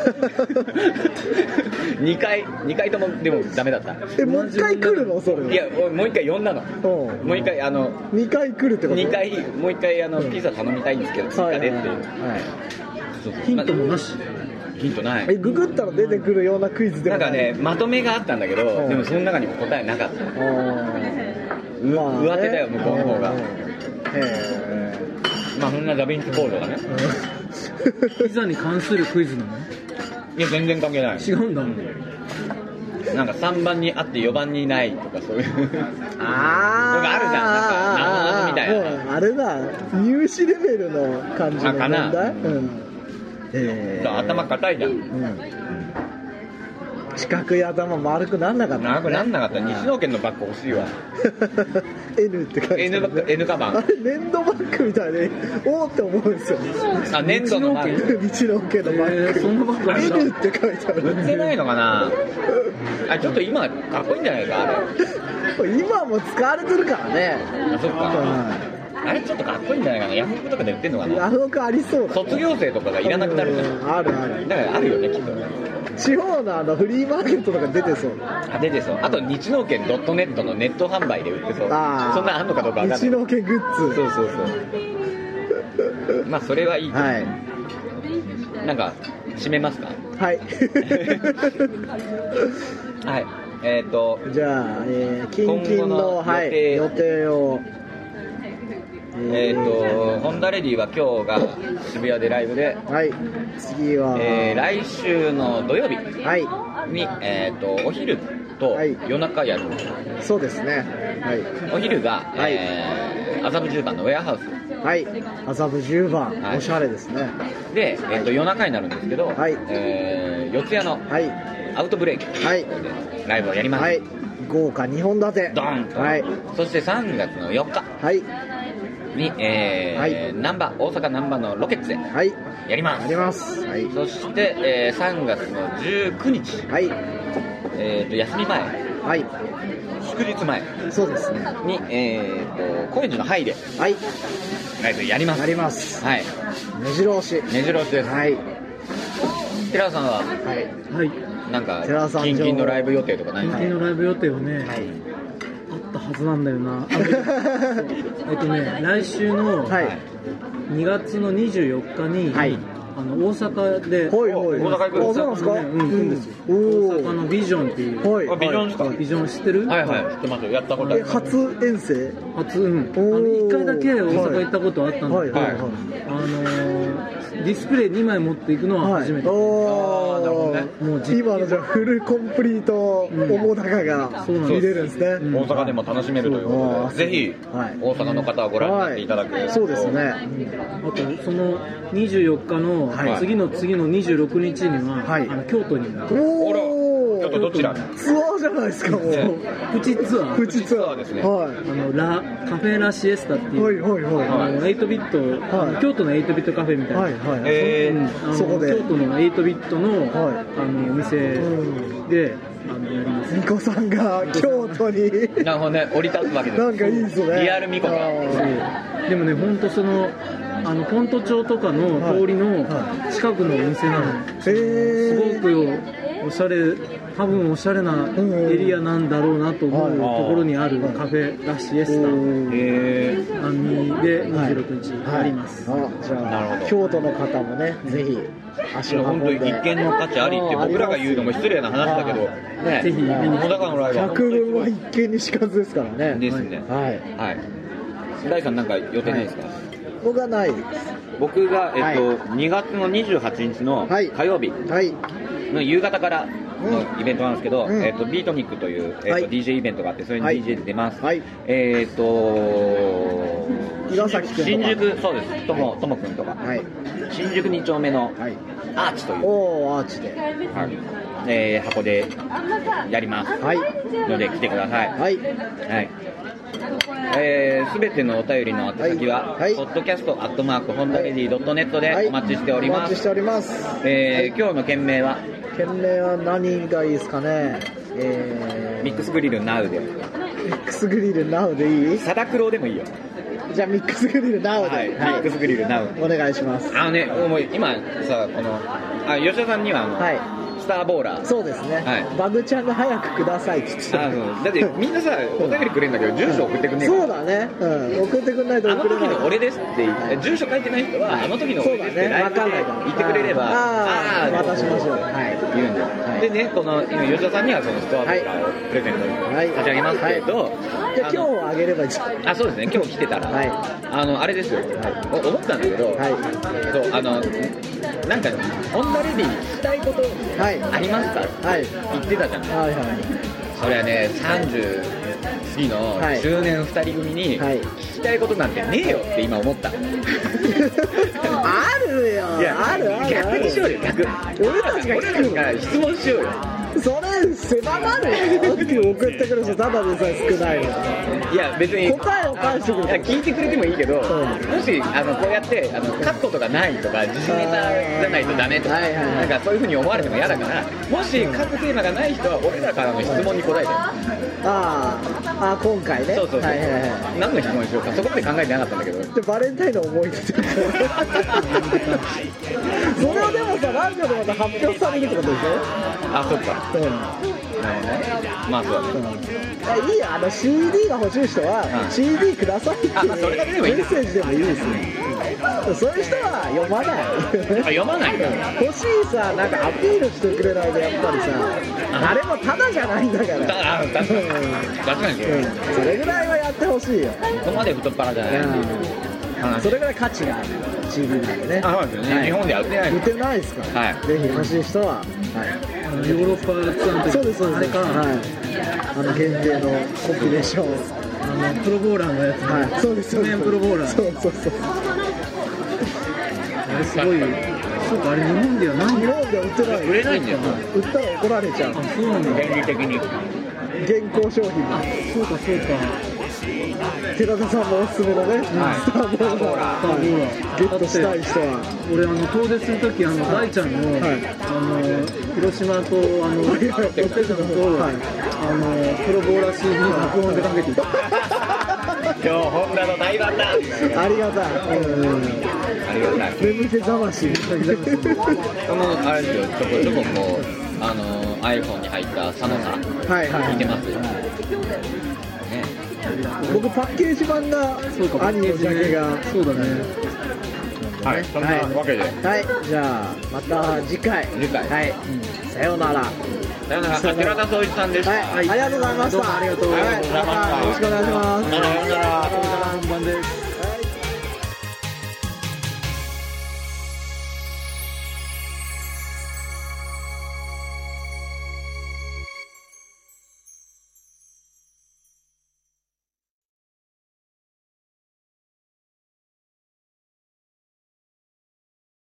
Speaker 1: 2回2回ともでもダメだった
Speaker 2: えもう一回来るのそれ
Speaker 1: いや俺もう1回呼んだの
Speaker 2: うん
Speaker 1: もう1回あの
Speaker 2: 2回来るってこと
Speaker 1: 2回もう1回あのピザ頼みたいんですけど追
Speaker 2: は
Speaker 1: 加
Speaker 2: い
Speaker 1: でって
Speaker 2: はい
Speaker 1: いう、
Speaker 2: はい
Speaker 1: そうそう
Speaker 4: ヒントもなし
Speaker 1: ヒントない
Speaker 2: えググったら出てくるようなクイズで
Speaker 1: な
Speaker 2: も
Speaker 1: んかねまとめがあったんだけど
Speaker 2: うん
Speaker 1: でもその中にも答えなかった
Speaker 2: あー
Speaker 1: う
Speaker 2: まあね
Speaker 1: 上手だよ向こうの方が
Speaker 2: うんへ
Speaker 1: まあそんなダヴィンチコードがね
Speaker 4: ピザに関するクイズなの
Speaker 1: いや全然関係ない
Speaker 4: 違うんだもん
Speaker 1: なんか3番にあって4番にないとかそういう
Speaker 2: ーあ
Speaker 1: なんかあるじゃんなんか謎々みたいな
Speaker 2: ーもうあれだ入試レベルの感じの
Speaker 1: あか
Speaker 2: 問
Speaker 1: な
Speaker 2: 題うんへー
Speaker 1: 頭硬いじゃん
Speaker 2: うん四角い頭丸くなんなかった
Speaker 1: 長くなんなかった西野県のバッグ欲しいわ
Speaker 2: N って書いて
Speaker 1: N バッグ N カバ
Speaker 2: あ
Speaker 1: ン
Speaker 2: れ粘土バッグみたいでおおって思うんですよ
Speaker 1: あ粘土のバッグ
Speaker 2: 道の家のバッグ、
Speaker 4: えーそんなバッグあるんだ
Speaker 2: N って書いてあ
Speaker 1: 売って
Speaker 2: る
Speaker 1: ないのかなあちょっと今かっこいいんじゃないかあれ
Speaker 2: 今も使われてるからね
Speaker 1: あそっか
Speaker 2: は
Speaker 1: あれちょっとかっこいいんじゃないかなヤフオクとかで売ってんのか
Speaker 2: い
Speaker 1: な
Speaker 2: あの子ありそうだ
Speaker 1: 卒業生とかがいらなくなるじゃん
Speaker 2: うんあるある
Speaker 1: だからあるよねきっと
Speaker 2: 地方のあのフリーマーケットとか出てそう
Speaker 1: あ出てそうあと日農研 .net のネット販売で売ってそうそん
Speaker 2: あー
Speaker 1: なあんのかどうかわかんない
Speaker 2: 道の家グ
Speaker 1: そう
Speaker 2: ッズ
Speaker 1: そうそうまあそれはいいけど
Speaker 2: はい
Speaker 1: なんか締めますか
Speaker 2: はい
Speaker 1: はいえっ、と
Speaker 2: じゃあ、えー、近々
Speaker 1: 今後の予定
Speaker 2: のはい、予定を
Speaker 1: えっ、とホンダレディは今日が渋谷でライブで、
Speaker 2: はい次は、
Speaker 1: えー来週の土曜日
Speaker 2: はい
Speaker 1: に、えー、とお昼と
Speaker 2: はい
Speaker 1: 夜中やる、
Speaker 2: そうですねは
Speaker 1: お昼が、
Speaker 2: はい
Speaker 1: えー麻布十番のウェアハウス
Speaker 2: いはい麻布十番、
Speaker 1: はい
Speaker 2: おしゃれですね
Speaker 1: で、えー、と夜中になるんですけど、
Speaker 2: はい
Speaker 1: えー四谷の
Speaker 2: はい
Speaker 1: アウトブレイク
Speaker 2: はい
Speaker 1: でライブをやります、
Speaker 2: はい豪華2本立て
Speaker 1: ドーンと、
Speaker 2: はい
Speaker 1: そして3月の4日
Speaker 2: はい
Speaker 1: に、えー
Speaker 2: はい
Speaker 1: 難波大阪難波のロケッツで
Speaker 2: はい
Speaker 1: やりま
Speaker 2: あ
Speaker 1: す
Speaker 2: りますはい
Speaker 1: そして、えー3月の19日、
Speaker 2: はい
Speaker 1: えーと休み前
Speaker 2: はい
Speaker 1: 祝日前
Speaker 2: そうですね
Speaker 1: に、えーと高円寺のハイで
Speaker 2: はい
Speaker 1: ライブやります
Speaker 2: やります
Speaker 1: はい
Speaker 2: 目白押し
Speaker 1: 目白押しです、
Speaker 2: はい
Speaker 1: 寺田さんは
Speaker 2: はい
Speaker 4: はい
Speaker 1: なんか
Speaker 2: 寺田さん
Speaker 1: 近
Speaker 2: 情報
Speaker 1: 々のライブ予定とかないん
Speaker 4: 近
Speaker 1: です
Speaker 4: 々のライブ予定はね、
Speaker 2: はい
Speaker 4: あったはずなんだよなあのえっとね来週の
Speaker 2: はい
Speaker 4: 2月の24日に、
Speaker 2: はい
Speaker 4: あの大阪で
Speaker 2: ほいほい
Speaker 1: 大阪行く
Speaker 2: あそうなんですか
Speaker 4: ねうん行くんですよ
Speaker 2: うお
Speaker 4: 大阪のビジョンっていう、
Speaker 2: おはい
Speaker 1: あビジョンズか
Speaker 4: ビジョン知ってる、
Speaker 1: かはいはい知ってますよやったことあ
Speaker 2: え
Speaker 1: る
Speaker 2: 初遠征
Speaker 4: 初うん、あ
Speaker 2: お
Speaker 4: の
Speaker 2: ー
Speaker 4: 1回だけ大阪行ったことあったんだ
Speaker 2: はい
Speaker 4: けど、
Speaker 2: はいはい
Speaker 4: あのーディスプレイ2枚持っていくのは初めて、
Speaker 1: あーなるほ
Speaker 2: お
Speaker 1: どね
Speaker 2: ーもう実今のじゃあフルコンプリート桃高が
Speaker 4: うん
Speaker 2: 見れるんですね、
Speaker 4: うん
Speaker 1: 大阪でも楽しめるということ
Speaker 2: そう
Speaker 1: で、ぜひ
Speaker 2: はい
Speaker 1: 大阪の方はご覧になっていただく、
Speaker 2: はいそうですね
Speaker 4: あとその24日の、
Speaker 2: はい
Speaker 4: 次の次の26日には、
Speaker 2: はい
Speaker 4: あの京都にも
Speaker 1: おら
Speaker 2: お
Speaker 1: 京都ど
Speaker 2: お
Speaker 1: ちらに
Speaker 2: ツアーじゃないですかもう
Speaker 4: プチツアー
Speaker 2: プチツアー
Speaker 1: ですね
Speaker 2: はい
Speaker 4: あのラカフェラシエスタっていう、
Speaker 2: はいはいはい
Speaker 4: あの8ビット、
Speaker 2: はい
Speaker 4: あの京都の8ビットカフェみたいな、
Speaker 2: はいはいはい
Speaker 1: え
Speaker 4: うん
Speaker 1: ー、
Speaker 4: あの
Speaker 2: そこで
Speaker 4: 京都の8ビットの,、
Speaker 2: はい
Speaker 4: あのお店
Speaker 2: うん
Speaker 4: で、あのやります
Speaker 2: 巫女さんが京都に
Speaker 1: なるほどね降り立つわけです
Speaker 2: なんかいいですね
Speaker 1: リアル巫女が
Speaker 2: あー
Speaker 4: でもね本当そのあのポント町とかの通りの
Speaker 2: は
Speaker 4: 近くのお店なの、
Speaker 2: え
Speaker 4: す
Speaker 2: ー
Speaker 4: ごくよおしゃれ多分おしゃれなエリアなんだろうなと思うところにあるカフェラシエス
Speaker 1: へ
Speaker 4: タ、
Speaker 1: ー
Speaker 4: アンミで
Speaker 2: はい
Speaker 4: 26日あります、
Speaker 2: はいあじ
Speaker 1: な
Speaker 2: ゃ
Speaker 1: る
Speaker 2: あ
Speaker 1: ほど
Speaker 2: 京都の方もねぜひ足を運
Speaker 1: 本
Speaker 2: ん
Speaker 1: 当
Speaker 2: で
Speaker 1: に一見の価値ありって僕らが言うのも失礼な話だけど、ね、
Speaker 4: ぜひ見に来
Speaker 1: 小高のライブは
Speaker 2: 百聞は一見にしかずですからね
Speaker 1: ですね
Speaker 2: はい
Speaker 1: はい大さんなんか予定ないですか、
Speaker 2: 僕はない
Speaker 1: 僕が、えっと
Speaker 2: は
Speaker 1: 2月の28日の
Speaker 2: はい
Speaker 1: 火曜日
Speaker 2: はい
Speaker 1: の夕方からのイベントなんですけど、
Speaker 2: うん
Speaker 1: えっと、ビートニックという、えっと
Speaker 2: はい
Speaker 1: DJ イベントがあってそれに
Speaker 2: はい
Speaker 1: DJ で出ます、
Speaker 2: はい
Speaker 1: えっと
Speaker 2: 岩崎君
Speaker 1: 新
Speaker 2: とか
Speaker 1: 宿そうですともともくんとか、
Speaker 2: はい
Speaker 1: 新宿2丁目の
Speaker 2: はい
Speaker 1: アーチという、
Speaker 2: おーアーチで
Speaker 1: はいえー箱でやります
Speaker 2: はい
Speaker 1: ので来てください、
Speaker 2: はい
Speaker 1: はい。えーすべてのお便りの宛先は、
Speaker 2: はい
Speaker 1: ポッドキャストアットマークホンダレディドットネット
Speaker 2: は
Speaker 1: で
Speaker 2: い
Speaker 1: お待ちしておりま
Speaker 2: お待ちし
Speaker 1: す。
Speaker 2: ております
Speaker 1: えー今日の件名は
Speaker 2: 件名は何がいいですかねえ
Speaker 1: ミックスグリル NOW で
Speaker 2: ー、ミックスグリル NOW でいい
Speaker 1: サダクロでもいいよ
Speaker 2: じゃあミックスグリル NOW で、
Speaker 1: はい、ミ
Speaker 2: は
Speaker 1: ックスグリル NOW
Speaker 2: い、お願いします
Speaker 1: あのね、もう今さ、この、あ、吉田さんにはあの、
Speaker 2: はい
Speaker 1: スターボーラー。
Speaker 2: そうですね、
Speaker 1: はい
Speaker 2: バグちゃんが早くくださいって言ってた
Speaker 1: あそうだってみんなさ、お便りくれんだけど、住所送ってくんねえか
Speaker 2: そう
Speaker 1: ら。
Speaker 2: だね、うん、送ってくんないと
Speaker 1: あの
Speaker 2: 送れ
Speaker 1: 時
Speaker 2: ない
Speaker 1: の俺ですって言って、住所書いてない人は、あの時の俺ですって、
Speaker 2: そうだね
Speaker 1: ライブで
Speaker 2: わかんないから
Speaker 1: 言ってくれれば、
Speaker 2: あー
Speaker 1: ー
Speaker 2: またしましょう
Speaker 1: はい、言うんだよ。
Speaker 2: はい
Speaker 1: でね、この、今、吉田さんにはそのストアボーラーをプレゼント
Speaker 2: はい
Speaker 1: に差し上げますけど、
Speaker 2: じゃあ
Speaker 1: あ
Speaker 2: 今
Speaker 1: の
Speaker 2: 日あげればいいじゃん
Speaker 1: あそうですね今日来てたら、
Speaker 2: はい
Speaker 1: あのあれですよ、お思ったんだけど、
Speaker 2: はい
Speaker 1: そうあのなんかホンダレディに聞きたいこと
Speaker 2: はい
Speaker 1: ありますか、
Speaker 2: はい
Speaker 1: 言ってたじゃん
Speaker 2: はいはい
Speaker 1: それはね30過ぎの
Speaker 2: はい
Speaker 1: 中年2人組に
Speaker 2: はい
Speaker 1: 聞きたいことなんてねえよって今思った、
Speaker 2: あるよ
Speaker 1: いや
Speaker 2: あるあるある
Speaker 1: 逆にしようよ逆
Speaker 2: 俺たちが聞くの
Speaker 1: 俺らが質問しようよ
Speaker 2: それ狭まる よ送ってくる人ただでさえ少ないの
Speaker 1: いや別に
Speaker 2: 答えを返してくれ
Speaker 1: いや聞いてくれてもいいけど、
Speaker 2: そう
Speaker 1: もしあのこうやってあのカットとかないとか時事ネタじゃないとダメとか、
Speaker 2: はいはいはい
Speaker 1: なんかそういうふうに思われても嫌だからもし各テーマがない人は俺らからの質問に答えて、
Speaker 2: あああー今回ね
Speaker 1: そうそうそう、
Speaker 2: はいはいは
Speaker 1: 何の質問にしようかそこまで考えてなかったんだけど
Speaker 2: いでバレンタインの思い出それはでもさラジオでまた発表されるってことでし
Speaker 1: あそっか
Speaker 2: ょ
Speaker 1: なるほどねまあそうだ
Speaker 2: うん、
Speaker 1: ね
Speaker 2: うんあいいよあの CD が欲しい人は、
Speaker 1: うん
Speaker 2: CD くださいってい
Speaker 1: あ
Speaker 2: う
Speaker 1: まあそれだけでもいい
Speaker 2: メッセージでもいいですねそういう人は読まない
Speaker 1: あ読まないんだ
Speaker 2: 欲しいさなんかアピールしてくれないとやっぱりさ誰もタダじゃないんだから
Speaker 1: だあ確かに確かにそう
Speaker 2: うん
Speaker 1: だね
Speaker 2: それぐらいはやってほしいよ、
Speaker 1: そこまで太っ腹じゃないっていう話
Speaker 2: それぐらい価値がある CD なんでね
Speaker 1: あそうですよね、
Speaker 2: はい
Speaker 1: 日本では売ってない
Speaker 2: 売
Speaker 1: の
Speaker 2: ってないですから、
Speaker 1: はい
Speaker 2: ぜひ欲しい人は、
Speaker 4: ヨ
Speaker 2: は
Speaker 4: ーロッパツアーの
Speaker 2: い、
Speaker 4: 時
Speaker 2: そうですそうです
Speaker 4: あれか、
Speaker 2: はい、あの限定のコピでしょう
Speaker 4: あのプロボーラーのやつ、
Speaker 2: はいそうですそうです
Speaker 4: 去年プロボーラー
Speaker 2: そうそうそう
Speaker 4: あれすごいそうかあれ日本ではない
Speaker 2: 日本では売ってない
Speaker 1: 売れないんだよ
Speaker 2: 売ったら怒られちゃう
Speaker 4: あそうなんだ
Speaker 1: 原理的に
Speaker 2: 現行商品
Speaker 4: あそうかそうか
Speaker 2: 寺田さんのおすすめのね、
Speaker 1: はい
Speaker 2: スターボーラー
Speaker 4: スターボーラー
Speaker 2: はいゲットしたい 人は
Speaker 4: 俺あの遠出する時あの大ちゃんの,、
Speaker 2: はい
Speaker 4: あの広島とあの
Speaker 2: はいはい
Speaker 4: ロッテのと、
Speaker 2: はい
Speaker 4: あのプロボーラー CD の爆音でかけていた
Speaker 1: 今日ホンダの大番だ
Speaker 2: ありがたい、うん、
Speaker 1: ありがたい
Speaker 2: 眠気覚まし
Speaker 1: このあれですよちょこちょここうあの iPhone に入った佐野さん
Speaker 2: はいはい、
Speaker 1: 見てますよね
Speaker 2: 僕パッケージ版が
Speaker 4: そうか
Speaker 2: 兄のジャケがは
Speaker 4: そうだね
Speaker 1: はいそんなわけで
Speaker 2: いじゃあまた次回
Speaker 1: 次回
Speaker 2: はい、さようならは
Speaker 1: さよなら寺田総一さんでした
Speaker 2: い、ありがとうございました
Speaker 4: どうもありがとう
Speaker 2: はい
Speaker 1: ありがとうございました
Speaker 2: たよろしくお願いします
Speaker 1: さよなら